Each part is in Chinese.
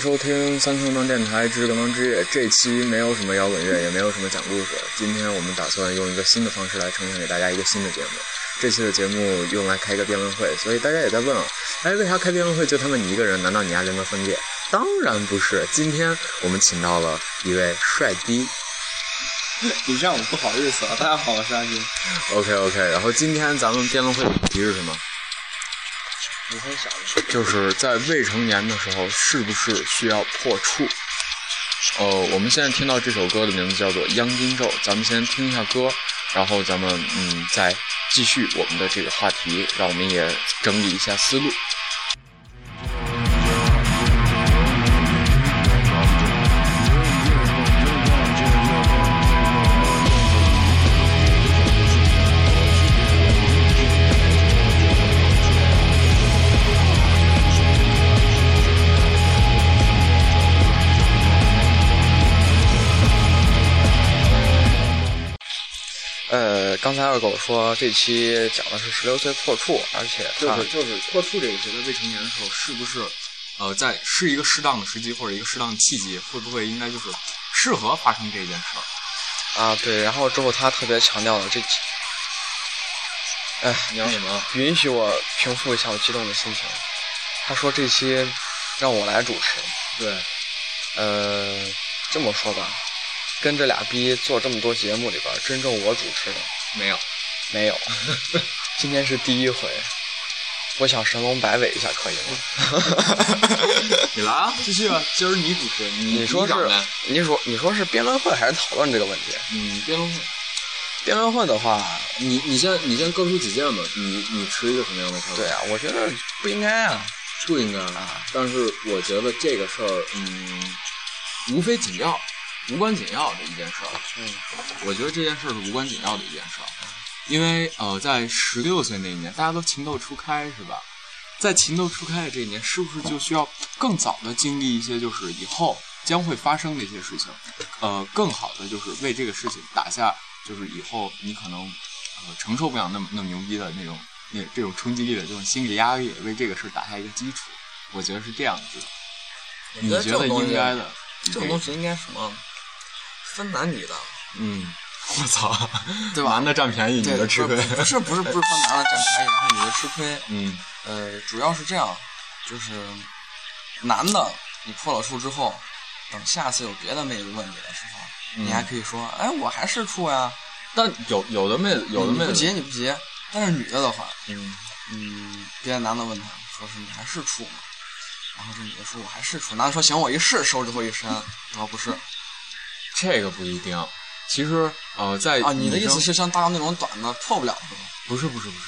收听三坑帮电台之更帮之夜。这期没有什么摇滚乐，也没有什么讲故事。今天我们打算用一个新的方式来呈现给大家一个新的节目。这期的节目用来开一个辩论会，所以大家也在问啊，哎，为啥开辩论会就他们你一个人？难道你还人格分裂？当然不是。今天我们请到了一位帅逼。 你让我不好意思啊！大家好，我是阿金。 OK OK，然后今天咱们辩论会的主题是什么？你先想一想。就是在未成年的时候，是不是需要破处？哦，我们现在听到这首歌的名字叫做《央金咒》，咱们先听一下歌，然后咱们嗯再继续我们的这个话题，让我们也整理一下思路。呃，刚才二狗说这期讲的是十六岁破处，而且他就是破处这个词，在未成年的时候是不是呃在是一个适当的时机或者一个适当的契机，会不会应该就是适合发生这件事儿？啊对，然后之后他特别强调了这期，哎，你要什么？允许我平复一下我激动的心情。他说这期让我来主持，对，呃，这么说吧，跟这俩逼做这么多节目里边，真正我主持的没有。没有，今天是第一回。我想神龙摆尾一下，可以吗？你来啊，继续啊，今儿你主持，你你说是你长呗，你说你说是辩论会还是讨论这个问题？嗯，辩论会。辩论会的话，你你先你先各抒己见吧，你你持一个什么样的看法？对，啊，我觉得不应该啊。不应该啊。但是我觉得这个事儿，嗯，无非紧要，无关紧要的一件事儿。嗯，我觉得这件事儿是无关紧要的一件事儿，因为呃，在十六岁那一年，大家都情窦初开，是吧？在情窦初开的这一年，是不是就需要更早的经历一些，就是以后将会发生的一些事情，呃，更好的就是为这个事情打下，就是以后你可能呃承受不了那么那么牛逼的那种那这种冲击力的这种心理压力，为这个事儿打下一个基础。我觉得是这样子的，你我觉得这觉得种东西应该的？这种东西应该什么？分男女的， 嗯，我操，对吧男的占便宜，女对，的吃亏。 不是不是不是分男的占便宜，然后女的吃亏。嗯呃，主要是这样，就是男的你破了处之后，等下次有别的妹子问你的时候，嗯你还可以说，哎，我还是处呀，但有有的妹子，有的你妹嗯不子急，你不急。但是女的的话，嗯，嗯，别的男的问她，说是你还是处吗？然后这女的说我还是处，男的说行，我一试，手指头一伸，我说不是这个不一定。其实呃，在啊，你的女意生思是像大姚那种短的破不了是吗？不是不是不是，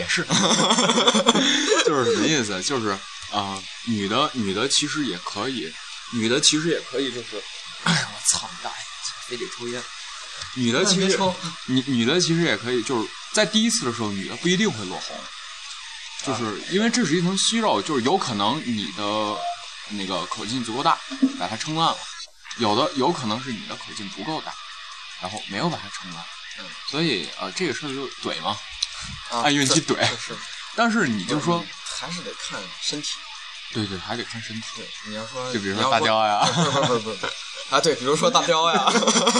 也 是，就是什么意思？就是啊、呃女的女的其实也可以，女的其实也可以，就是哎我操你大爷，非得抽烟。女的其那别实抽女女的其实也可以，就是在第一次的时候，女的不一定会落红，就是因为这是一层息肉，就是有可能你的那个口径足够大，把它撑烂了；有的有可能是你的口径不够大，然后没有把它撑烂。嗯所以呃，这个事儿就怼嘛，啊按运气对怼是，但是你就说，还是得看身体。对对，还得看身体，对，你要说就比如你说要大雕呀， 不是不是不是不是啊，对，比如说大雕呀，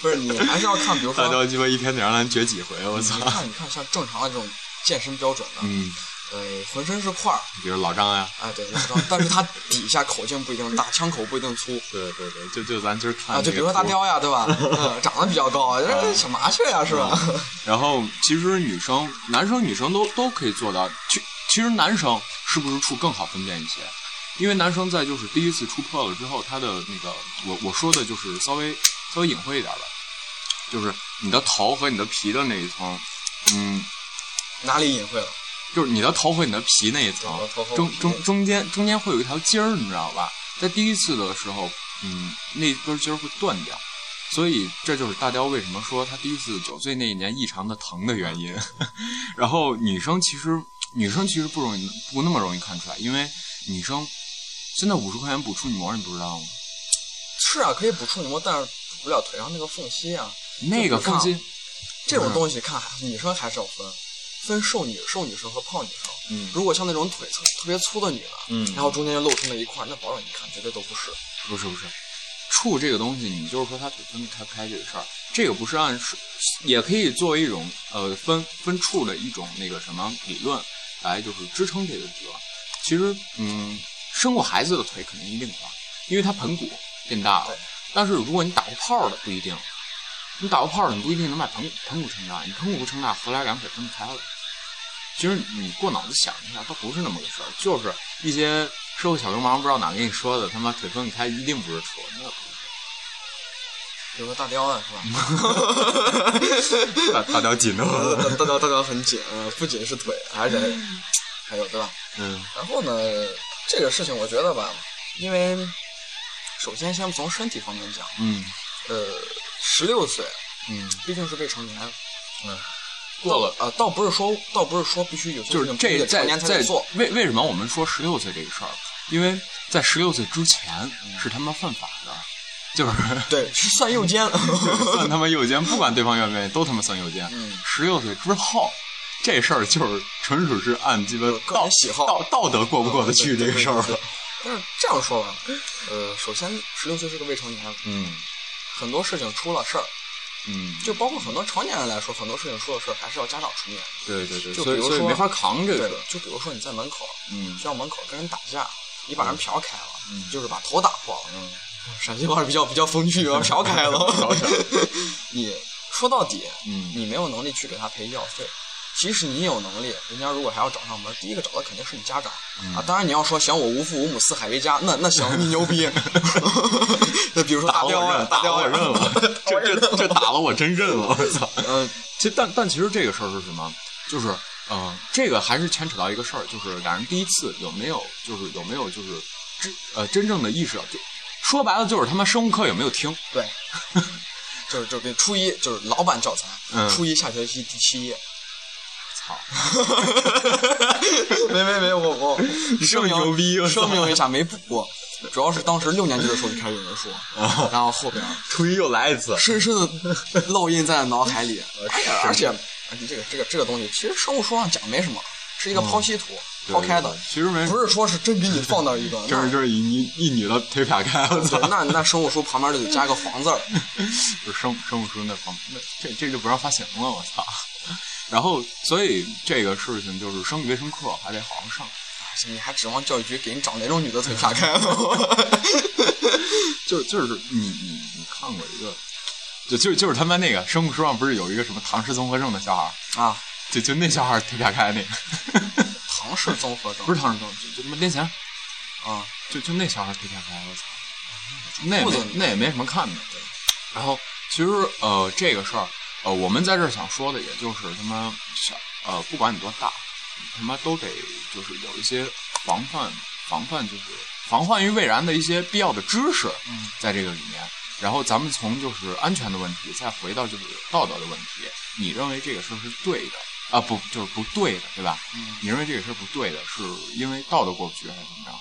不是你还是要看，比如说大雕鸡巴一天得让人绝几回，我操你！看你看像正常的这种健身标准的，嗯，呃，浑身是块儿，比如老张呀，哎，对，就是这样但是它底下口径不一定大，枪口不一定 粗。对对对，就就咱今儿看啊，就那比个如说大图雕呀，对 吧？嗯，长得比较高，啊这小麻雀呀，是吧？然后其实女生、男生、女生都都可以做到。其其实男生是不是处更好分辨一些？因为男生在就是第一次触破了之后，他的那个我我说的就是稍微稍微隐晦一点吧，就是你的头和你的皮的那一层，嗯， 哪里隐晦了？就是你的头和你的皮那一层对我头和我中皮中中间中间会有一条筋儿，你知道吧？在第一次的时候，嗯，那根筋儿会断掉，所以这就是大雕为什么说他第一次九岁那一年异常的疼的原因。 然后女生其实女生其实不容易不那么容易看出来，因为女生现在五十块钱补处女膜，你不知道吗？是啊，可以补处女膜，但是补不了腿上那个缝隙啊。那个就不缝上隙这种东西看还女生还是要分，分瘦女、瘦女生和胖女生。嗯，如果像那种腿特特别粗的女的，嗯然后中间又露出那一块，那保证一看绝对都不是。不是不是，处这个东西，你就是说他腿分不开不开这个事儿，这个不是按是，也可以作为一种呃分分处的一种那个什么理论来就是支撑这个理论。其实嗯，生过孩子的腿肯定一定宽，因为他盆骨变大了对。但是如果你打过泡儿的不一定，你打过泡儿的你不一定能把盆盆骨撑大，你盆骨不撑大，何来两腿分不开了？其实你过脑子想一下，它不是那么个事儿，就是一些社会小流氓不知道哪跟你说的，他妈腿分不开一定不是错，有个大貂啊，是嗯吧？那大大脚紧的 大大大貂大貂很紧，呃不仅是腿，还是人还有对吧？嗯然后呢，这个事情我觉得吧，因为首先先从身体方面讲，嗯呃，十六岁嗯，毕竟是未成年，嗯，过了啊、倒不是说倒不是说必须有些就事是情这必须得成在年才在能做，为为什么我们说十六岁这个事儿？因为在十六岁之前是他妈犯法的，就是对，是算右肩。算他妈右肩，不管对方愿不愿意，都他妈算右肩。嗯十六岁之后。这事儿就是纯属是按鸡巴个道人喜好道道德 过不过得去这个事儿对。对对 但是这样说吧，呃，首先十六岁是个未成年，嗯很多事情出了事儿，嗯，就包括很多成年人来说，很多事情出了事儿还是要家长出面。对对对，就所以比如所以说没法扛这对个的，，就比如说你在门口嗯学校门口跟人打架，你把人瓢开了，嗯就是把头打破了。陕西话是比较比较风趣啊，瓢开了。 你说到底，嗯你没有能力去给他赔医药费。即使你有能力，人家如果还要找上门，第一个找的肯定是你家长、嗯啊。当然你要说想我无父无母四海为家，那那行你 牛逼。就比如说大打了彪我啊，认，打了彪我认 啊，了，这这这打了我真认了，我 操！嗯，其实但但其实这个事儿是什么？就是嗯、呃这个还是牵扯到一个事儿，就是俩人第一次有没有就是有没有就是真呃真正的意识到，就说白了就是他妈生物课有没有听？对， 就是就是给初一就是老版教材，嗯初一下学期第 七页。操，没没没，我我这么牛逼我操声明一下，没补过。主要是当时六年级的时候就开始有人说，哦然后后边初一又来一次，深深的烙印在脑海 里。哎而且，而且这个这个这个东西，其实生物书上讲没什么，是一个剖析图嗯对抛开的对，其实没，不是说是真给你放到一个， 就是那就是一女一女的腿撇开，我操对，那那生物书旁边就得加个黄字儿。就是生生物书那方面，那这这就不让发行了，我操！然后所以这个事情就是生理卫生课还得好好上。 你还指望教育局给你找哪种女的腿岔开吗？ 就就是你你你看过一个，就就就是他们那个生物书上不是有一个什么唐氏综合症的小孩儿，啊，就就那小孩儿腿撇开那个，唐氏综合症不是唐氏综合症，就他妈癫痫，啊，就就那小孩儿腿撇开，我操，那也裤子没那也没什么看的。然后其实呃这个事儿，呃我们在这儿想说的，也就是他妈小呃不管你多大，你他妈都得就是有一些防范防范就是防患于未然的一些必要的知识，嗯在这个里面。然后咱们从就是安全的问题，再回到就是道德的问题，你认为这个事儿是对的啊？不，就是不对的，对吧？嗯。你认为这个事儿不对的，是因为道德过不去还是怎么着？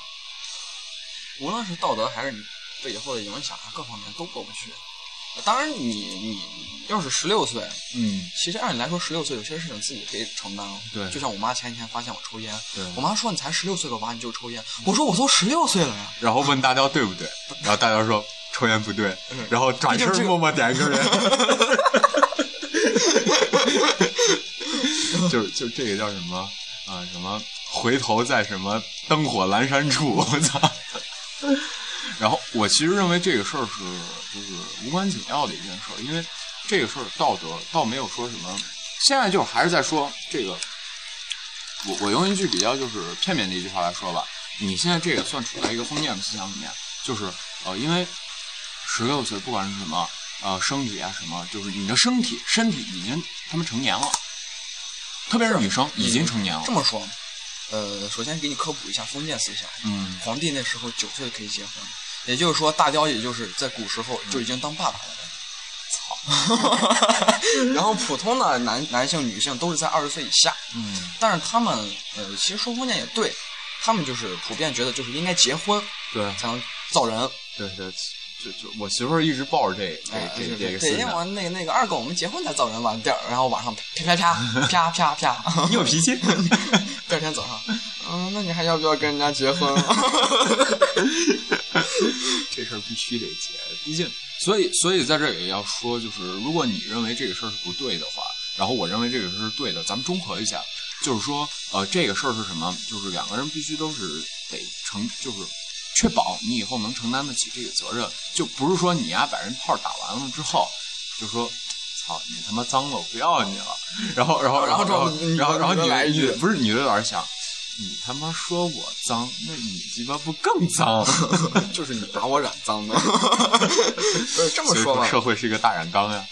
无论是道德还是你对以后的影响啊，各方面都过不去。当然你，你你要是十六岁，嗯，其实按理来说，十六岁有些事情自己可以承担。啊对就像我妈前几天发现我抽烟，对我妈说你才十六岁个娃你就抽烟，我说我都十六岁了呀。然后问大家对不对，然后大家说抽烟不对，然后转身默默点一根烟，就是就这个叫什么啊、什么回头在什么灯火阑珊处，我操！然后我其实认为这个事儿是就是无关紧要的一件事儿，因为这个事儿道德倒没有说什么，现在就还是在说这个我我用一句比较就是片面的一句话来说吧，你现在这个算处在一个封建的思想里面，就是呃，因为十六岁不管是什么呃生理啊什么，就是你的身体身体已经他们成年了，特别是女生已经成年了这，么说，呃，首先给你科普一下封建思想。嗯皇帝那时候九岁可以结婚，也就是说大雕也就是在古时候就已经当爸爸了。操！ 然后普通的男男性、女性都是在二十岁以下。嗯但是他们呃，其实说封建也对，他们就是普遍觉得就是应该结婚对才能造人，对对，就就我媳妇儿一直抱着这啊个这这这个思对，因为我想，那个那个二狗，我们结婚才早晨晚点儿，然后晚上啪啪啪啪啪啪啪， 你有脾气。 第二天早上，嗯，那你还要不要跟人家结 婚啊了？这事儿必须得结，毕竟，所以，所以在这儿也要说，就是如果你认为这个事儿是不对的话，然后我认为这个事儿是对的，咱们中和一下，就是说，呃，这个事儿是什么？就是两个人必须都是得承，就是确保你以后能承担得起这个责任，就不是说你呀、把人炮打完了之后，就说。操你他妈脏了，我不要你了。然后，然后，然后哦然后之后女，然后，然后女的来一女句女不是女的老是想，你他妈说我脏，那你鸡巴不更脏？就是你把我染脏 的，不是这么所以说吧？社会是一个大染缸呀。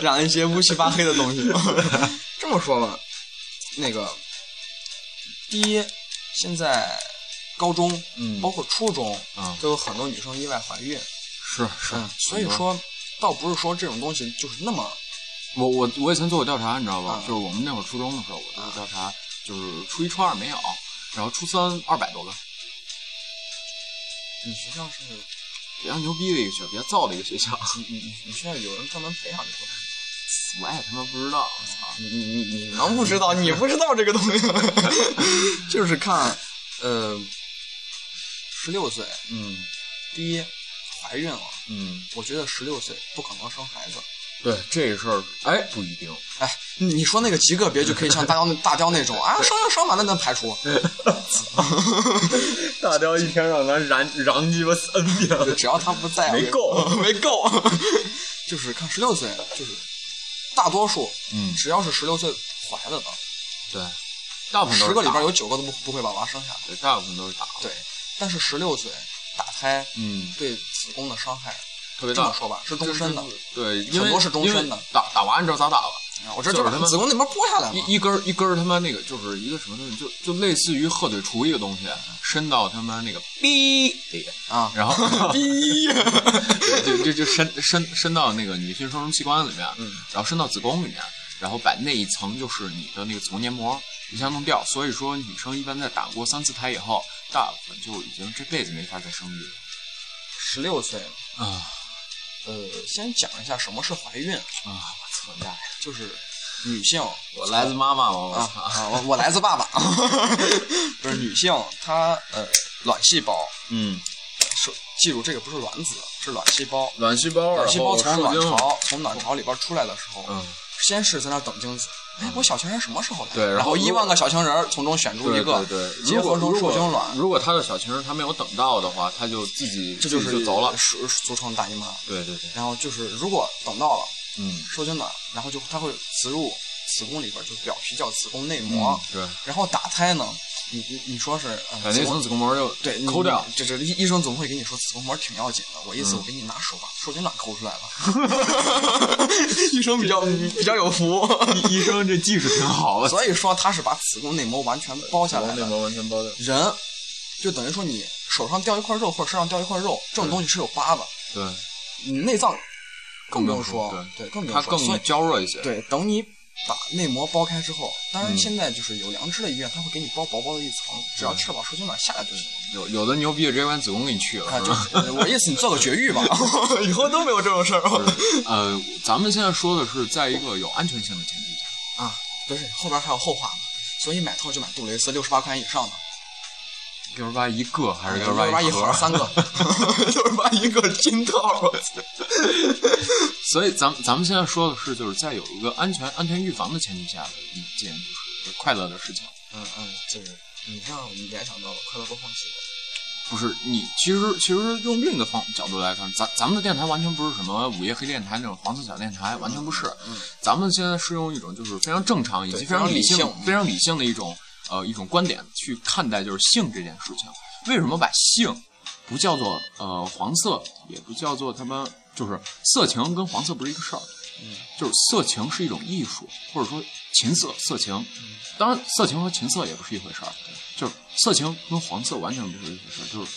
染一些乌漆八黑 的东西。这么说吧，那个，第一，现在高中，嗯包括初中，嗯都有很多女生意外怀孕，是是嗯，，所以说，倒不是说这种东西就是那么，我我我以前做过调查，你知道吧？嗯就是我们那会儿初中的时候，我做过调查，就是初一、初二没有，然后初三二百多个，你学校是，比较牛逼的一个学校，比较造的一个学校。 你你你你学校有人专门培养这个东西，我也他妈不知道，我操！你你你你能不知道？你不知道这个东 西，就是看，呃，十六岁，嗯第一，怀孕了，嗯，我觉得十六岁不可能生孩子。对这个事儿，哎，不一 定。哎，你说那个极个别就可以像大雕那大雕那种啊，生就生吧，那能排除，大雕一天让咱燃燃鸡巴 N 遍，只要他不在，没 够没够， 就是看十六岁，就是大多数，嗯只要是十六岁怀了的，对，大部分都十是个里打边有九个都不不会把娃生下来。对，大部分都是打。对，但是十六岁打胎嗯，对子宫的伤害，特别这么大。说吧，是终身的。对，因为很多是终身的因为打打完你知道咋打吧？啊我这就就是把他们子宫那边剥下来嘛。一一根儿一根儿他妈那个就是一个什么东西，就就类似于鹤嘴锄一个东西，伸到他妈那个逼里， 啊，然后逼，就就就伸伸伸到那个女性生殖器官里面，然后伸到子宫里面，然后把那一层就是你的那个子宫黏膜一下弄掉。所以说，女生一般在打过三次胎以后，大部分就已经这辈子没法再生育了十六岁，啊呃，先讲一下什么是怀孕，啊！我操你大爷！就是女性我来自妈妈，我我啊操！啊！我我来自爸爸，啊 不是女性，她呃卵细胞嗯，是记住这个不是卵子，是卵细胞。卵细胞，卵细胞从然后卵受精巢从卵巢里边出来的时候，嗯，先是在那儿等精子。哎，我小情人什么时候来？对然后然后如一万个小情人儿从中选出一个，对对对，结如果合成受精如卵，果。如果他的小情人他没有等到的话，他就自己这就自是己就走了。俗俗称大姨妈。对对对，然后就是如果等到了嗯受精卵，然后就它会植入子宫里边，就表皮叫子宫内膜。嗯对，然后打胎呢，你你你说是呃把子那宫层子宫膜就 对，你抠掉。，嗯这这医医生总会跟你说子宫膜挺要紧的。我意思，我给你拿手把受精卵抠出来了。 医生比较比较 有福，医生这技术挺好的，所以说他是把子宫内膜完全包下来内的。膜完全包掉。人就等于说你手上掉一块肉或者身上掉一块肉，这种东西是有疤的。对，你内脏更不用更说不用，对，更不它用说。所更以娇弱一些。对，等你把内膜剥开之后，当然嗯现在就是有良知的医院，他会给你包薄薄的一层，只要确保受精卵下来就行。有有的牛逼的直接把你子宫给你去啊，了，是吧？ 就我意思，你做个绝育吧， 以后都没有这种事儿呃，咱们现在说的是在一个有安全性的前提下，啊。不是，后边还有后话呢，所以买套就买杜蕾斯，六十八块钱以上的，六十八一个还是六六十十八八一盒盒？三个， 六十八一个金套。所以咱们咱们现在说的是，就是在有一个安全安全预防的前提下的一件就是快乐的事情。嗯嗯，就是你让我联想到了快乐播放器，不是你，其实其实用另一个方角度来看，咱咱们的电台完全不是什么午夜黑电台那种黄色小电台，完全不是。咱们现在是用一种就是非常正常以及对嗯非常理性、嗯非非常理常理性性的一种呃一种观点去看待就是性这件事情。为什么把性不叫做呃黄色，也不叫做他们就是色情跟黄色不是一个事儿。就是色情是一种艺术，或者说情色、色情。当然，色情和情色也不是一回事儿，就是色情跟黄色完全不是一回事儿，就是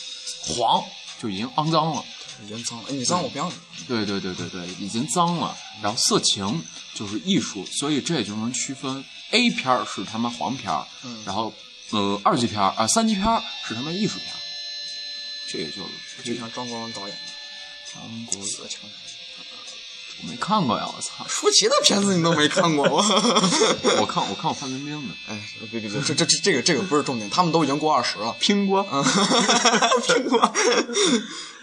黄就已经肮脏了，已经脏了，哎你脏我不要你。对对对对对，已经脏了。然后色情就是艺术，所以这也就能区分 A 片儿是他妈嗯黄片儿，然后呃二级片儿啊、三级片儿是他妈艺术片儿，这也就就像张国荣导演强国， 《死的强人》，我没看过呀，我操！舒淇的片子你都没看过吗？ 我看我看我范冰冰的。哎，别别别，这这这这个这个不是重点，他们都已经过二十了 拼锅，苹果，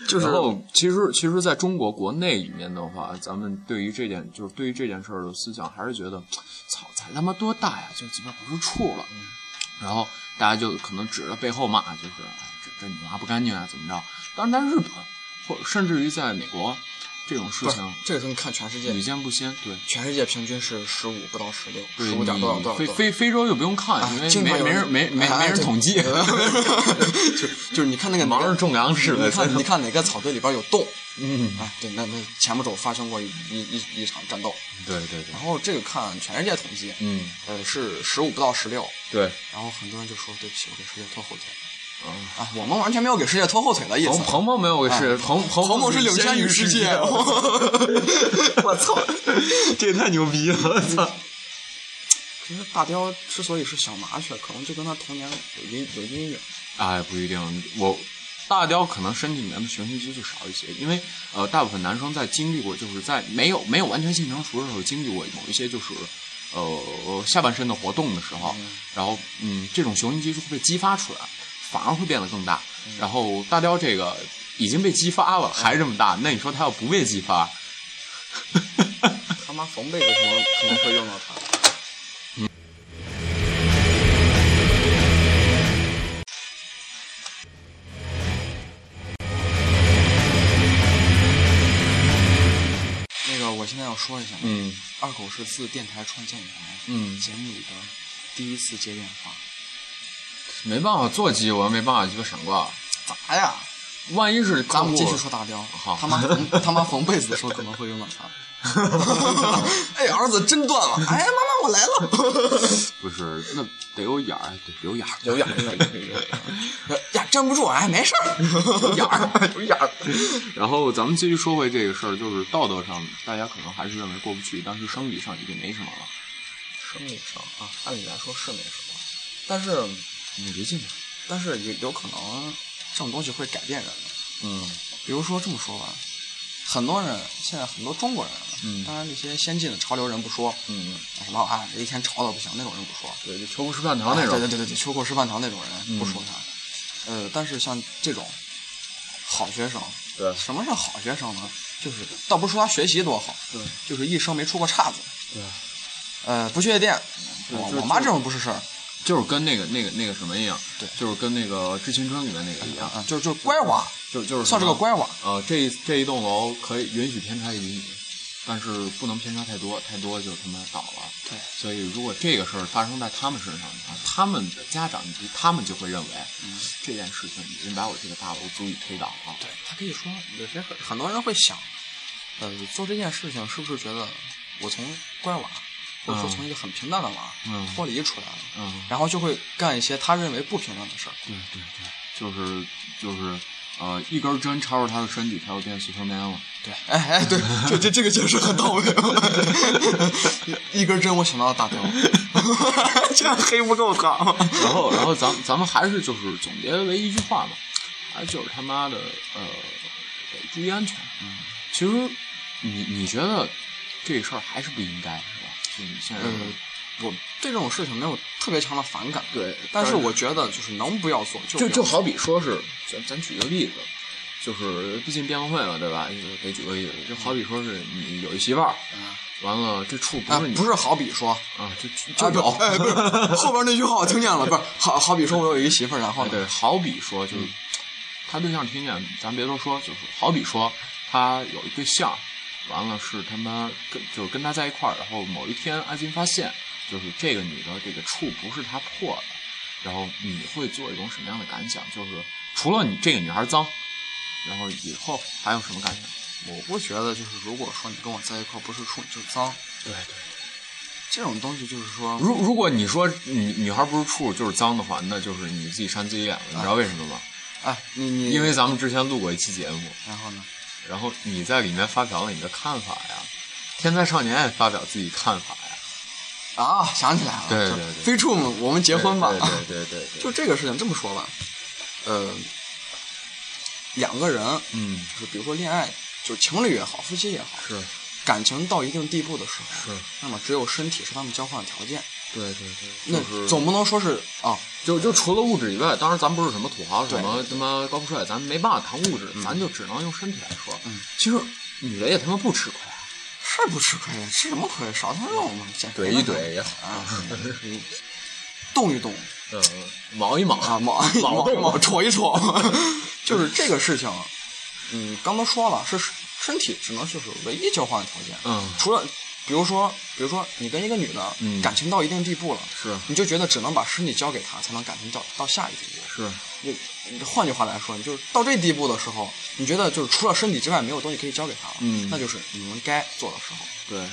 就是然后其实其实在中国国内里面的话，咱们对于这件就是对于这件事儿的思想，还是觉得，操，才他妈多大呀，就鸡巴不是处了。嗯然后大家就可能指着背后骂，就是哎，这这你妈不干净啊，怎么着？但是在日本，或者甚至于在美国，这种事不是情这个东西看全世界屡，见不鲜。对，全世界平均是十五不到十六，对十五点多少你多少非多少。非非洲就不用看，啊因为经常没有没人没没哎没人对统计， 就 就是你看那个忙着种粮食你了。看你看哪个草堆里边有洞，嗯，哎，对，那那前不久发生过一一一一场战斗，对对对然，后这个看全世界统计，嗯，呃，是十五不到十六，对，然后很多人就说对不起，我给世界拖后腿了嗯。啊，我们完全没有给世界拖后腿的意思。鹏鹏鹏没有啊是鹏鹏彭某是领先于世界， 我操！这也太牛逼了！我操！其实大雕之所以是小麻雀，可能就跟他童年有阴有阴影。 哎，不一定，我大雕可能身体里面的雄性激素少一些，因为呃，大部分男生在经历过，就是在没有没有完全性成熟的时候，经历过某一些就是呃下半身的活动的时候，然后嗯，这种雄性激素会被激发出来，反而会变得更大。然后大雕这个已经被激发了，还这么大，那你说他要不被激发，他妈缝被子可能可能会用到它。嗯那个，我现在要说一下，嗯二狗是自电台创建以来，嗯，节目里的第一次接电话，没办法座机，我又没办法鸡巴闪挂。咋呀？万一是咱们继客户续说大雕，好他妈缝他妈缝被子的时候可能会用到 它。哎，儿子真断了！哎，妈妈，我来了。不是，那得有眼儿，得有眼儿， 有眼儿，有眼儿，有眼儿， 呀，站不住，哎，没事 儿，有眼儿，有眼儿。然后咱们继续说回这个事儿，就是道德上大家可能还是认为过不去，但是生理上已经没什么了。生理上啊，按理来说是没什么，但是你别进来。但是有有可能这种东西会改变人的。嗯比如说这么说吧，很多人现在很多中国人，啊嗯当然那些先进的潮流人不说，嗯，什么啊一天潮到不行那种人不说，对，就秋裤吃饭堂那对种。啊对对对对，秋裤吃饭堂那种人不说他。呃，但是像这种好学生，对什么是好学生呢？就是倒不是说他学习多好，对，就是一生没出过岔子。对，呃，不缺电，对就我是我妈这种不是事儿，就是跟那个那个那个什么一样，对就是跟那个《致青春》里面那个一样，啊，就是就是乖娃，就就是算是个什么。乖娃。呃，这一这一栋楼可以允许偏差一厘米，但是不能偏差太多，太多就他妈倒了。对，所以，如果这个事儿发生在他们身上的话，他们的家长以及他们就会认为，这件事情已经把我这个大楼足以推倒了。对他可以说，有些很很多人会想，呃，做这件事情是不是觉得我从乖娃，或者说嗯从一个很平淡的娃、嗯脱离出来了，嗯，然后就会干一些他认为不平淡的事儿。对对对，就是就是，呃，一根针插入他的身体，他就变 Superman 了。对，哎哎，对，这这这个解释很到位。 一根针，我想到了大雕， 这样黑不够他吗？然后，然后咱咱们还是就是总结为一句话吧，还是就是他妈的呃，得注意安全。嗯，其实你你觉得这事儿还是不应该是吧？就你现在、呃，我 对这种事情没有特别强的反感，对，但是我觉得就是能不要做就就不要就做好比说是，咱咱举个例子，就是毕竟辩论会嘛，对吧？得举个例子，就好比说是你有一媳妇儿，完了这处不啊是你，不是好比说，啊，就就啊不有，哎，不是 后边那句话我听见了，不是好好比说我有一个媳妇儿，然后呢对，好比说就是他对象听见，咱别多说，就是好比说他有一对象，完了是他妈跟就是跟他在一块儿，然后某一天阿金发现，就是这个女的这个处不是他破的，然后你会做一种什么样的感想？就是除了你这个女孩脏，然后以后还有什么感想？我会觉得就是如果说你跟我在一块儿不是处女就脏，对对。这种东西就是说如如果你说女女孩不是处就是脏的话，那就是你自己扇自己脸了。你知道为什么吗？哎你你因为咱们之前录过一期节目，然后呢然后你在里面发表了你的看法呀，天才少年也发表自己看法呀。啊想起来了，对就对对非处嘛我们结婚吧， 对对对对对，就这个事情这么说吧，呃，两个人，嗯，就是比如说恋爱，就是情侣也好，夫妻也好，是感情到一定地步的时候，是，那么只有身体是他们交换的条件。对对对，那就是总不能说是啊，就就除了物质以外，当然咱不是什么土豪，什对么他妈高富帅，咱没办法谈物质，咱就只能用身体来说。嗯其实女的也他妈不吃亏啊，是不吃亏，吃什么亏？少汤肉嘛，减肥嘛也好，啊，动一动嗯，卯一啊，卯， 卯卯卯一卯，戳一戳， 就是这个事情。嗯，刚都说了，是身体只能就是唯一交换的条件。嗯，除了比如说，比如说你跟一个女的、嗯感情到一定地步了，是你就觉得只能把身体交给她，才能感情到到下一地步。是，你你换句话来说，你就是到这地步的时候，你觉得就是除了身体之外没有东西可以交给她了，嗯那就是你们该做的时候。嗯对，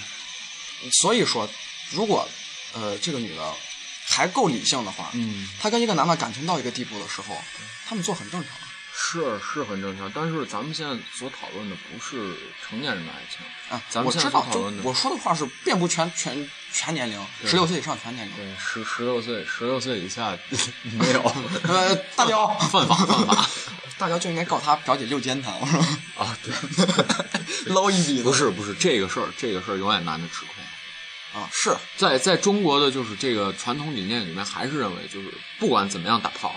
所以说，如果呃这个女的还够理性的话，嗯，她跟一个男的感情到一个地步的时候，他们做很正常。是是很正常。但是咱们现在所讨论的不是成年人的爱情，啊，咱们我现知在道不，讨就论的我说的话是遍布全全全年龄，对十六岁以上全年龄。对，十十六岁十六岁以下没有 呃，大雕，犯法犯 法大雕就应该告他表姐诱奸他，我说啊，对，捞一笔不是不是这个事儿，这个事儿永远男的吃亏。啊，是在在中国的就是这个传统理念里面，还是认为就是不管怎么样打炮，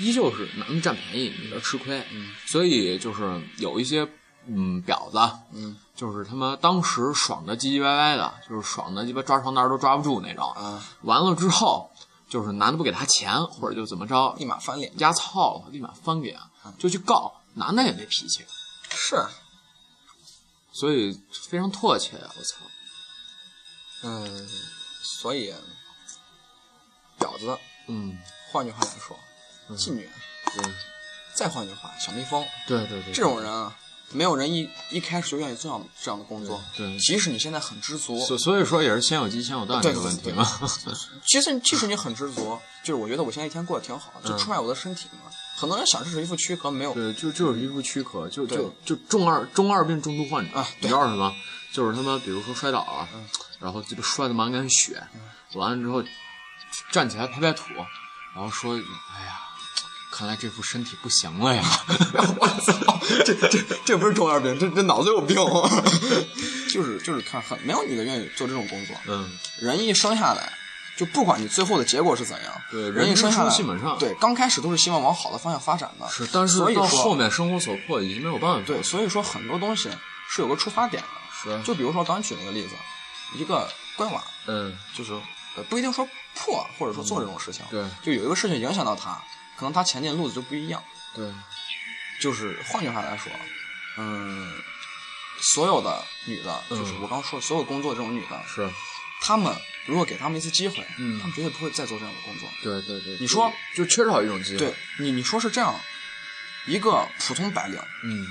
依旧是男的占便宜，女的吃亏。嗯，所以就是有一些嗯婊子，嗯，就是他妈当时爽的唧唧歪歪的，就是爽的鸡巴抓床单都抓不住那种。啊，完了之后，就是男的不给他钱，或者就怎么着，立马翻脸，压操了，立马翻脸，就去告，男的也没脾气，是，所以非常唾弃啊！我操，嗯，所以婊子，嗯，换句话来说，妓女，对再换句话，小蜜蜂，对对对，这种人啊，没有人一一开始就愿意做这样这样的工作。对对即使你现在很知足，所所以说也是先有鸡先有蛋这对个问题嘛。其实即使你很知足，就是我觉得我现在一天过得挺好，就出卖我的身体嘛。很多人想这是一副躯壳，没有对，就就是一副躯壳，就对就就中二中二病重度患者，啊嗯你知道什么？就是他妈比如说摔倒啊，然后鸡巴摔的满脸血，完了之后站起来拍拍土，然后说：“哎呀，看来这副身体不行了呀。 我操， 这这这不是中二病，这这脑子有病。 就是就是看很没有女的愿意做这种工作”。嗯，人一生下来，就不管你最后的结果是怎样，对人一生人下来之初性本善对，刚开始都是希望往好的方向发展的。是，但是所以到说后面生活所迫已经没有办法。对，所以说很多东西是有个出发点的。是，啊就比如说刚举那个例子，一个乖娃，嗯，就是呃不一定说破，或者说做这种事情，对就有一个事情影响到他，可能他前进路子就不一样。对，就是换句话来说，嗯，所有的女的，嗯就是我刚说所有工作这种女的，是，啊她们如果给她们一次机会，嗯她们绝对不会再做这样的工作。对对对。你说就缺少一种机会。对，你，你说是这样，一个普通白领嗯，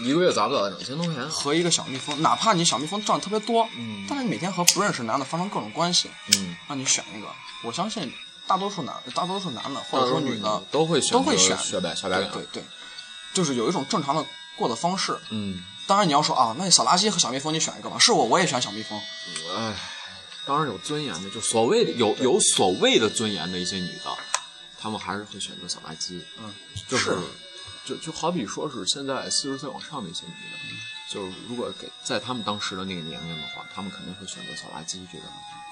一个月砸不了两千多块钱。和一个小蜜蜂，哪怕你小蜜蜂赚的特别多，嗯但是你每天和不认识的男的发生各种关系，嗯，让你选一个，我相信大多数男，大多数男的或者说女的嗯都会选都会择选小白小白对脸。对对，就是有一种正常的过的方式。嗯。当然你要说啊，那你小垃圾和小蜜蜂你选一个吧，是我我也选小蜜蜂。哎，当然有尊严的，就所谓的有有所谓的尊严的一些女的，她们还是会选择小垃圾。嗯，就是是就就好比说是现在四十岁往上的一些女的，嗯就是如果给在她们当时的那个年龄的话，她们肯定会选择小垃圾这个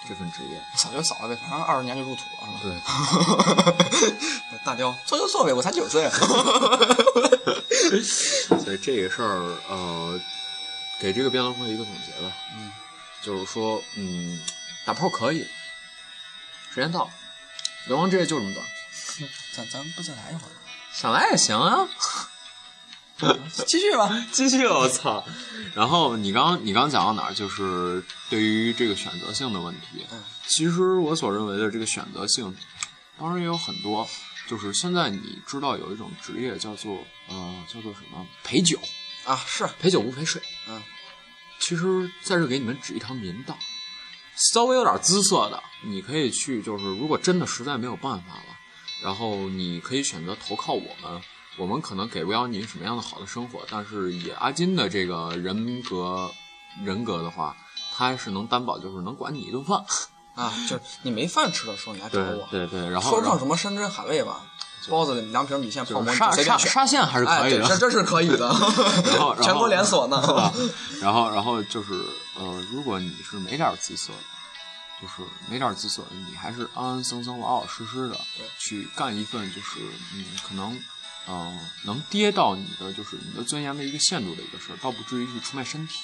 这份职业。扫就扫了呗，反正二十年就入土了，是吧？对， 大雕做就做呗，我才九 岁。啊所以这个事儿，呃，给这个辩论会一个总结吧。嗯，就是说，嗯，打炮可以，时间到，流氓职业就这么短，咱咱不再来一会儿，想来也行啊。继续吧。继续，我操！然后你刚你刚讲到哪儿？就是对于这个选择性的问题。嗯其实我所认为的这个选择性，当然也有很多。就是现在你知道有一种职业叫做呃叫做什么陪酒，啊，是，陪酒不陪睡。嗯，其实在这给你们指一条明道，稍微有点姿色的，你可以去，就是如果真的实在没有办法了，然后你可以选择投靠我们，我们可能给不了你什么样的好的生活，但是以阿金的这个人格人格的话，他是能担保，就是能管你一顿饭。啊，就是你没饭吃的时候你来找我，对对，然后说不上什么山珍海味吧，包子里两瓶米线泡就馍，是你沙随沙便选。沙县还是可哎，以对，的，这这是可以的 然 后，全国连锁呢。是吧？ 然后，然后就是呃，如果你是没点儿自损，就是没点儿自损，你还是安安生生、老老实实的对去干一份，就是嗯，可能嗯、呃能跌到你的就是你的尊严的一个限度的一个事儿，倒不至于去出卖身体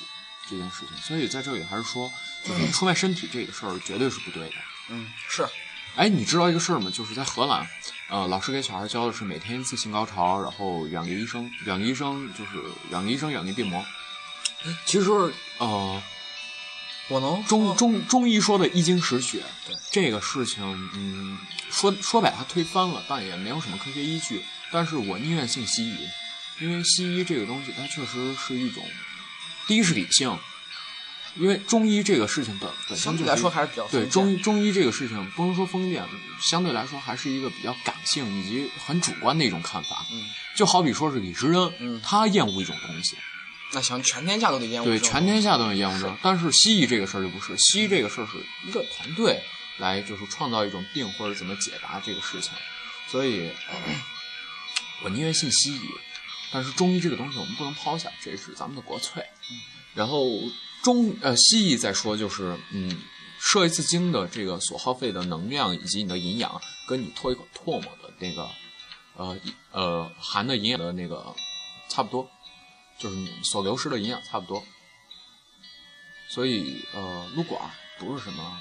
这件事情。所以在这里还是说，就是出卖身体这个事儿绝对是不对的。 嗯，是，哎，你知道一个事儿吗？就是在荷兰，呃，老师给小孩教的是每天一次性高潮，然后远离医生，远离医生就是远离医生，远离病魔。其实，呃，我能中中中医说的一经十血，哦对这个事情，嗯，说说把它推翻了，但也没有什么科学依据。但是我宁愿信西医，因为西医这个东西，它确实是一种，第一是理性，因为中医这个事情本本身相就对是来说还是比较对封建中医中医这个事情，不能说封建，相对来说还是一个比较感性以及很主观的一种看法。嗯，就好比说是李时珍，嗯他厌恶一种东西，那行，全天下都得厌恶对，这种全天下都能厌恶症。但是西医这个事儿就不是，西医这个事儿是一个团队来就是创造一种病或者怎么解答这个事情，所以、呃我宁愿信西医，但是中医这个东西我们不能抛下，这是咱们的国粹。然后中呃西医再说就是嗯。射一次精的这个所耗费的能量以及你的营养，跟你唾一口唾沫的那个，呃一呃含的营养的那个呃差不多，就是你所流失的营养差不多。所以呃，撸管儿不是什么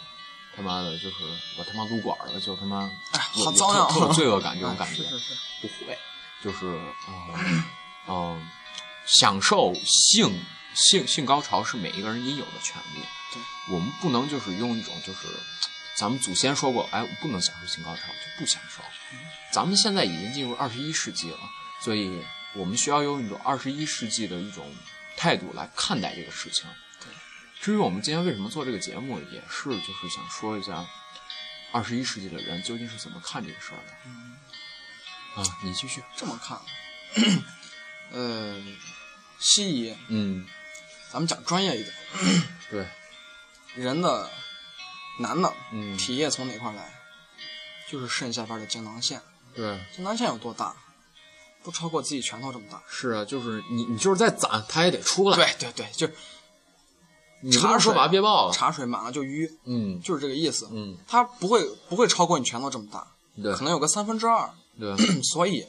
他妈的，就是我他妈撸管儿了，就他妈哎有好有糟呀特特有罪恶感这种哎感觉，是是不是会，就是嗯嗯、呃享受性性性高潮是每一个人应有的权利。对，我们不能就是用一种就是咱们祖先说过，哎，我不能享受性高潮就不享受。咱们现在已经进入二十一世纪了，所以我们需要用一种二十一世纪的一种态度来看待这个事情。至于我们今天为什么做这个节目，也是就是想说一下，二十一世纪的人究竟是怎么看这个事儿的。啊，你继续。这么看，啊 呃，西医，嗯，咱们讲专业一点，对，人的男的嗯，体液从哪块来？就是肾下边的精囊腺，对，精囊腺有多大？不超过自己拳头这么大。是啊，就是你，你就是在攒，它也得出来。，对对对，就是你不能说把它憋爆了。茶水满了就淤，嗯就是这个意思。嗯，它不会不会超过你拳头这么大，对可能有个三分之二。 对，所以，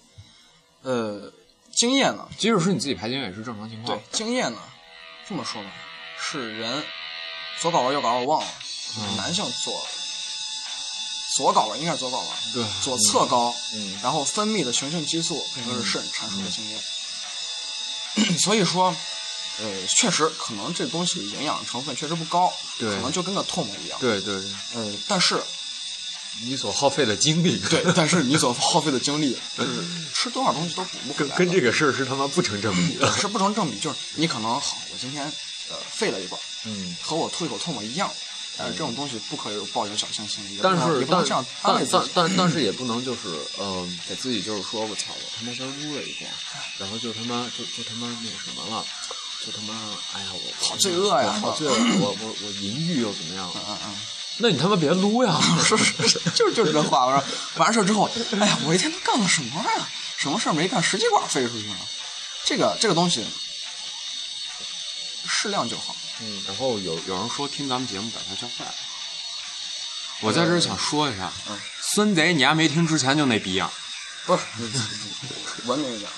呃，精液呢？ 即使是你自己排精也是正常情况。对，精液呢，这么说吧，是人左睾丸、右睾丸我忘了，嗯就是男性左左睾丸应该是左睾丸，对左侧睾，嗯嗯然后分泌的雄性激素配合着肾产出的精液， 所以说，呃，确实可能这东西营养成分确实不高，对可能就跟个唾沫一样，对对，呃，但是你所耗费的精力，对， 但是你所耗费的精力，就是吃多少东西都补不回来的，个事儿是他妈不成正比的。是不成正比，就是你可能好，我今天呃废了一管。嗯，和我吐一口唾沫一样。但是这种东西不可有抱有侥幸心理，也不但能是也不能但这样安慰但自但己。但但 是也不能就是呃，给自己就是说我操，我他妈今儿撸了一遍，然后就他妈就就他妈那什么了，就他妈哎呀我好罪恶呀好罪恶，我我我淫欲又怎么样？嗯嗯，那你他妈别撸呀！是是是， 就是就是这话。我说完事儿之后，哎呀，我一天都干了什么呀？什么事儿没干，十几管飞出去了。这个这个东西，适量就 好。嗯，然后有有人说听咱们节目把他教坏了，我在这儿想说一下，嗯孙贼你还没听之前就那逼样，不是，文明一点。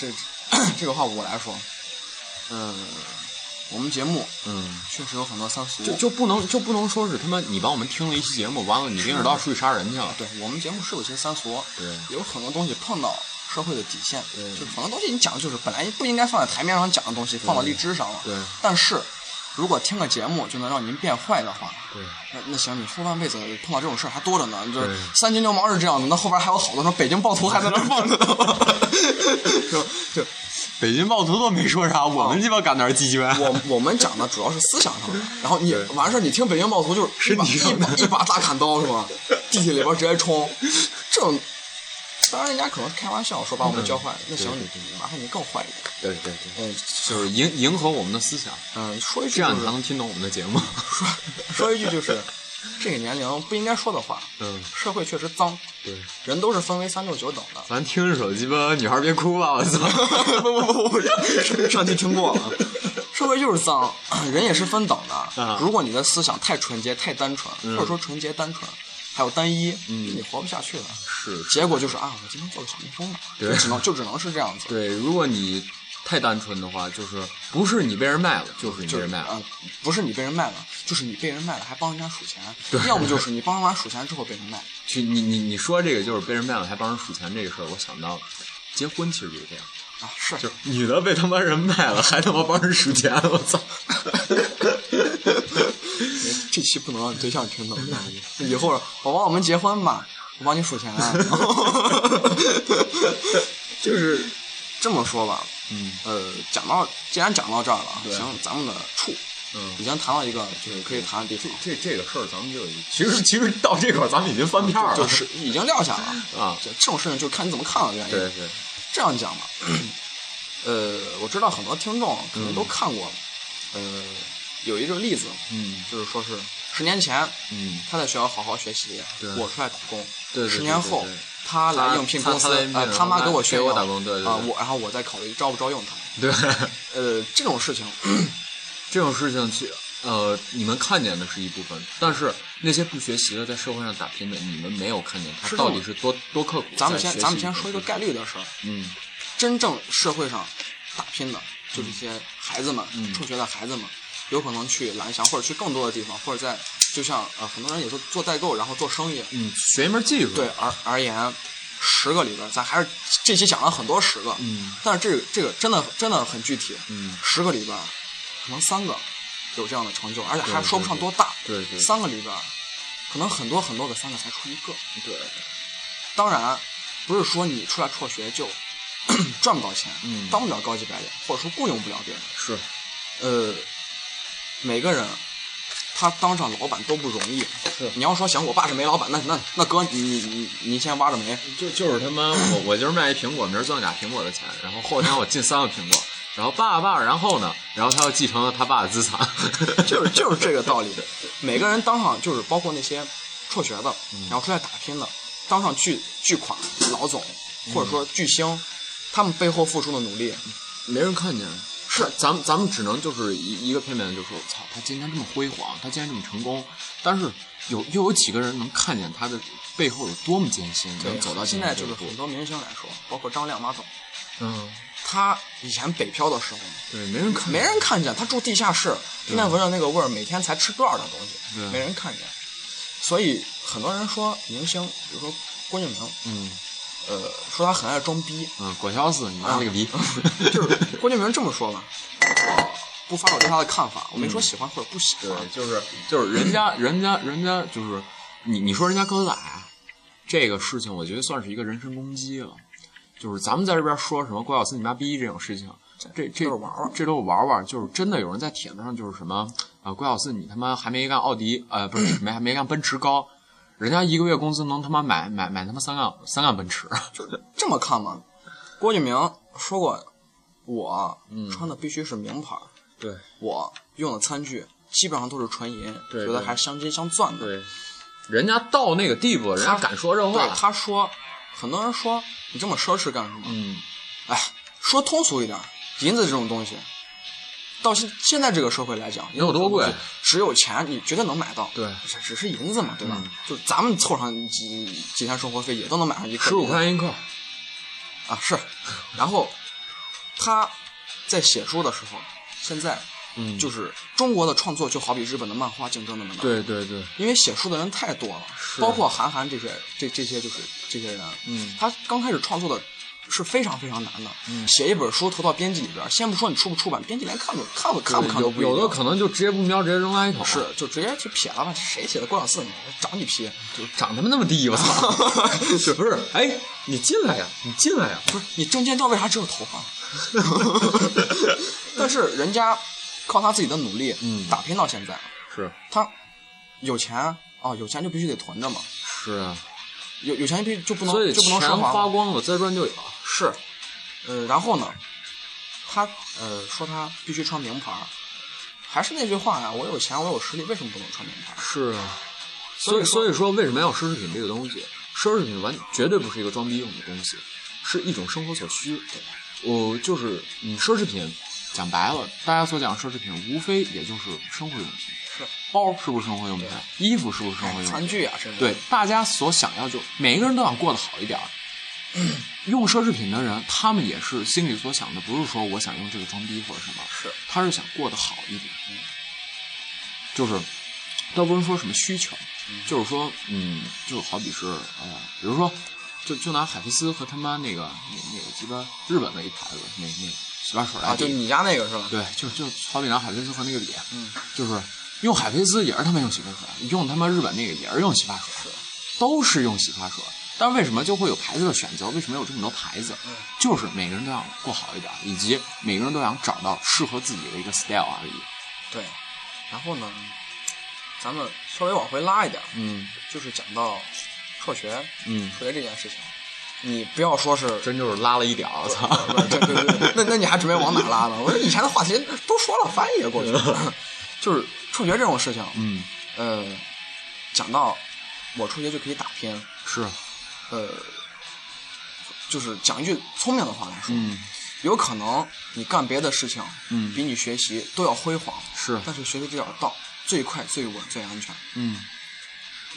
这这个话我来说，嗯，我们节目嗯，确实有很多三俗，就就不能就不能说是他妈你把我们听了一期节目，完了你拎着刀出去杀人去了，对我们节目是有些三俗，对有很多东西碰到社会的底线，对就是很多东西你讲的就是本来不应该放在台面上讲的东西，放到荔枝上了，对但是如果听个节目就能让您变坏的话，对，那那行，你后半辈子碰到这种事儿还多着呢，就是对三斤流氓是这样的，那后边还有好多什么北京暴徒还在那儿放着呢， 就就北京暴徒都没说啥，我们鸡巴敢那儿唧唧歪。我我们讲的主要是思想上的，然后你完事儿，你听北京暴徒就是一把身体一上的把一把大砍刀是吧？地铁里边直接冲，这种当然人家可能是开玩笑说把我们教坏了，那行嗯对你你麻烦你更坏一点。对对对，嗯就是迎迎合我们的思想，嗯，说一句这样就你才是能听懂我们的节目。说一句就是，这个年龄不应该说的话。嗯，社会确实脏，对，人都是分为三六九等的。咱听着首鸡巴女孩别哭吧，我操！不不不不不，上期听过了。社会就是脏，人也是分等的啊。嗯如果你的思想太纯洁、太单纯，或者说纯洁、单纯，还有单一，你活不下去了。是结果就是啊，我今天做个小蜜蜂吧，对就只能就只能是这样子。对，如果你太单纯的话，就是不是你被人卖了，就是你被人卖啊、了。不是你被人卖了，就是你被人卖了还帮人家数钱，要么就是你帮人家数钱之后被人卖。去你你你说这个就是被人卖了还帮人数钱这个事儿，我想到了，结婚其实就是这样，啊，是，就是女的被他妈人卖了，还他妈帮人数钱，我 操！ 这期不能让你对象 听到，以后宝宝我们结婚吧，我帮你数钱、 啊。就是这么说吧，嗯呃，讲到既然讲到这儿了，行，咱们的处嗯，已经谈到一个就是可以谈的地方，这这个事儿咱们就已其实其实到这块儿咱们已经翻篇儿了，就是已经撂下了。啊，这这种事情就看你怎么看了，原因。对对，这样讲吧，呃，我知道很多听众可能都看过，呃，有一个例子，嗯就是说是十年前，嗯，他在学校好好学习对，我出来打工。对对十年后对对对，他来应聘公他司他来应，聘呃，他妈给我学给我打工对对对啊，我然后我再考虑招不招用他。对，呃，这种事情， 这种事情去。呃，你们看见的是一部分，但是那些不学习的，在社会上打拼的，你们没有看见他是这么到底是多多刻苦。咱们先在学习咱们先中说一个概率的事儿。嗯，真正社会上打拼的，就是一些孩子们，嗯辍学的孩子们，有可能去蓝翔，或者去更多的地方，或者在就像呃很多人也是做代购，然后做生意。嗯，学一门技术。对，而而言，十个里边，咱还是这期讲了很多十个，嗯但是这个这个真的真的很具体，嗯，十个里边可能三个有这样的成就，而且还对说不上多大，对对三个里边可能很多很多个三个才出一个。对，当然，不是说你出来辍学就 赚不到钱，嗯当不了高级白领，或者说雇佣不了别人。是，嗯呃，每个人他当上老板都不容易。是你要说行，我爸是煤老板，那那那哥，你你你你先挖着煤，就就是他妈，我我今儿卖一苹果，明儿赚俩苹果的钱，然后后天我进三个苹果，然后爸爸，然后呢，然后他又继承了他爸的资产，就是就是这个道理。每个人当上就是包括那些辍学的，嗯然后出来打拼的，当上巨巨款、老总嗯或者说巨星，他们背后付出的努力，没人看见。是，咱们咱们只能就是一一个片面地就说，操，他今天这么辉煌，他今天这么成功，但是有又有几个人能看见他的背后有多么艰辛，能走到今现在天这就是一步很？多明星来说，包括张亮马总，嗯，他以前北漂的时候对，没人看，没人看见，他住地下室，天天闻着那个味儿，每天才吃多少的东西对，没人看见。所以很多人说明星，比如说郭敬明，嗯呃，说他很爱装逼，嗯，果小死，你妈了个逼！啊 就是郭敬明这么说吧，我不发表对他的看法，我没说喜欢或者不喜欢对，，就是就是人家人家人家就是你你说人家哥仔这个事情，我觉得算是一个人身攻击了。就是咱们在这边说什么郭小四你妈逼这种事情，这这都是玩玩这都是玩玩，就是真的有人在帖子上就是什么啊、呃，郭小四你他妈还没干奥迪呃不是没还没干奔驰高，人家一个月工资能他妈买买买他妈三辆三辆奔驰， 这么看吧。郭敬明说过，我穿的必须是名牌，对我用的餐具基本上都是纯银，对有的对还是镶金镶钻的。对，人家到那个地步，人家敢说这对话，，他说，很多人说你这么奢侈干什么？嗯哎，说通俗一点，银子这种东西，到现现在这个社会来讲，有多贵？只有钱，你绝对能买到。对嗯只只是银子嘛，对吧？就咱们凑上几几天生活费，也都能买上一克十五块钱一克，啊，是。然后他在写书的时候，现在嗯就是是中国的创作就好比日本的漫画竞争那么难。，对对对，因为写书的人太多了，包括韩寒这些这这些就是这些人，嗯他刚开始创作的是非常非常难的。写一本书投到编辑里边，先不说你出不出版，编辑连看都看都看不看都不一定有有的可能就直接不瞄，直接扔垃圾桶。啊是就直接去撇了吧，这谁写的郭小四呢？找你批，就长他妈那么低，我操！不 是，哎，你进来呀，你进来呀！不是你证件照为啥只 有头发？但是人家靠他自己的努力，嗯打拼到现在，是他有钱哦，有钱就必须得囤着嘛，是啊，有有钱就必须就不能所以就不能钱奢华花嘛光了，再赚就有。是，呃，然后呢，他呃说他必须穿名牌儿，还是那句话呀，我有钱，我有实力，为什么不能穿名牌儿？是啊，所以所以说，为什么要奢侈品这个东西？奢侈品完绝对不是一个装逼用的东西，是一种生活所需。我就是你奢侈品，讲白了，大家所讲的奢侈品，无非也就是生活用品。是包是不是生活用品？衣服是不是生活用品？餐具啊，甚至哦对，大家所想要就每个人都想过得好一点儿。 用奢侈品的人，他们也是心里所想的，不是说我想用这个装逼或者什么，是他是想过得好一点。就是，倒不是说什么需求，就是说，嗯，就好比是，呃，比如说，就就拿海飞丝和他妈那个那那个鸡巴日本的一牌子那那洗发水来啊，比就你家那个是吧？对，就就好比拿海飞丝和那个比，嗯，就是用海飞丝也是他妈用洗发水，用他妈日本那个也是用洗发水，都是用洗发水。但为什么就会有牌子的选择？为什么有这么多牌子？嗯就是每个人都想过好一点，以及每个人都想找到适合自己的一个 style 而已。对。然后呢，咱们稍微往回拉一点，嗯就是讲到辍学，嗯，辍学这件事情，你不要说是真就是拉了一点儿，我 操！对对 对对，那那你还准备往哪拉呢？我说以前的话题都说了，翻译也过去了。 就是辍学这种事情，嗯，呃，讲到我辍学就可以打拼，是，呃，就是讲一句聪明的话来说，嗯有可能你干别的事情，嗯比你学习都要辉煌，是，但是学习这条道最快、最稳、最安全。嗯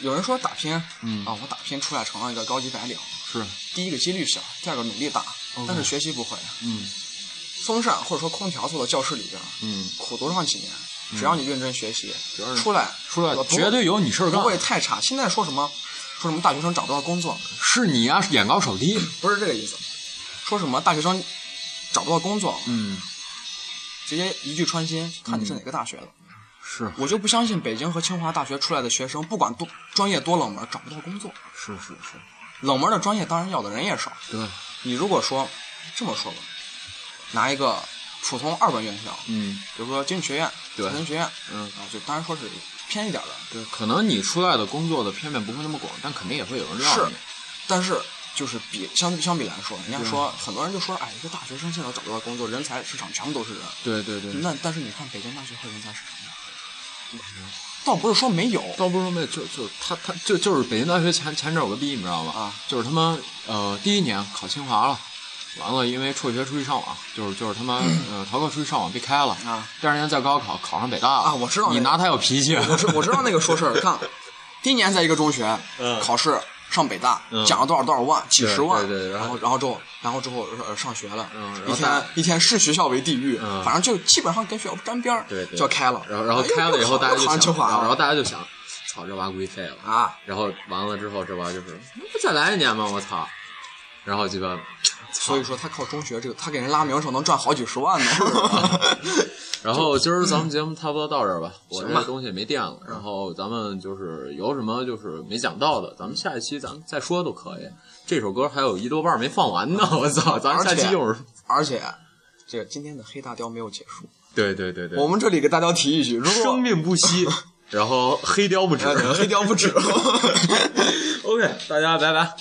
有人说打拼，嗯啊，我打拼出来成了一个高级白领，是，第一个几率小，第二个努力大，但是学习不会。嗯风扇或者说空调坐在教室里边，嗯，苦读上几年，只要你认真学习，只要是出来出来我不会绝对有你事儿不干，会太差。现在说什么说什么大学生找不到工作，是你呀、眼高手低。不是这个意思。说什么大学生找不到工作，嗯，直接一句穿心，看你是哪个大学的。是我就不相信北京和清华大学出来的学生，不管多专业多冷门，找不到工作。是是是，冷门的专业当然要的人也少。对，你如果说这么说吧，拿一个普通二本院校，嗯。比如说经济学院、对财经学院，嗯啊，就当然说是偏一点的，对，可能你出来的工作的片面不会那么广，但肯定也会有人是让你。但是就是比相相比来说，人家说很多人就说，哎，一个大学生现在找不到工作，人才市场全部都是人。对对对，那但是你看北京大学和人才市场哪儿，嗯倒不是说没有，倒不是说没有，就就他他就就是北京大学前前阵有个逼，你知道吗？啊，就是他妈呃第一年考清华了，完了因为辍学出去上网，就是就是 他妈呃逃课出去上网被开了啊。第二年再高考考上北大了啊我知道那你个拿他有脾气。我知我知道那个说事儿，看第一年在一个中学，嗯考试上北大，嗯奖了多少多少万，几十万，对对对然然后后然后之后然后之后呃上学了，嗯然后一大天一天视学校为地狱，嗯反正就基本上跟学校不沾边儿， 对对就要开了，然后然后哎呦开了以后，又大家就考想上，清华然后然后了大家就想，操这娃估计废了。啊，然后完了之后，这娃就是不再来一年吗？我操！然后鸡巴，所以说他靠中学这个，他给人拉名声能赚好几十万呢。然后今儿咱们节目差不多到这儿吧，我行吧嗯这东西也没电了。然后咱们就是有什么就是没讲到的，咱们下一期咱们再说都可以。这首歌还有一多半没放完呢， 我操！咱们下而期且就是 而且，这个今天的黑大雕没有结束，对对对对，我们这里给大家提一句，如果啊哎生命不 息，然后黑雕不止。 呃黑雕不止。 OK，大家拜拜。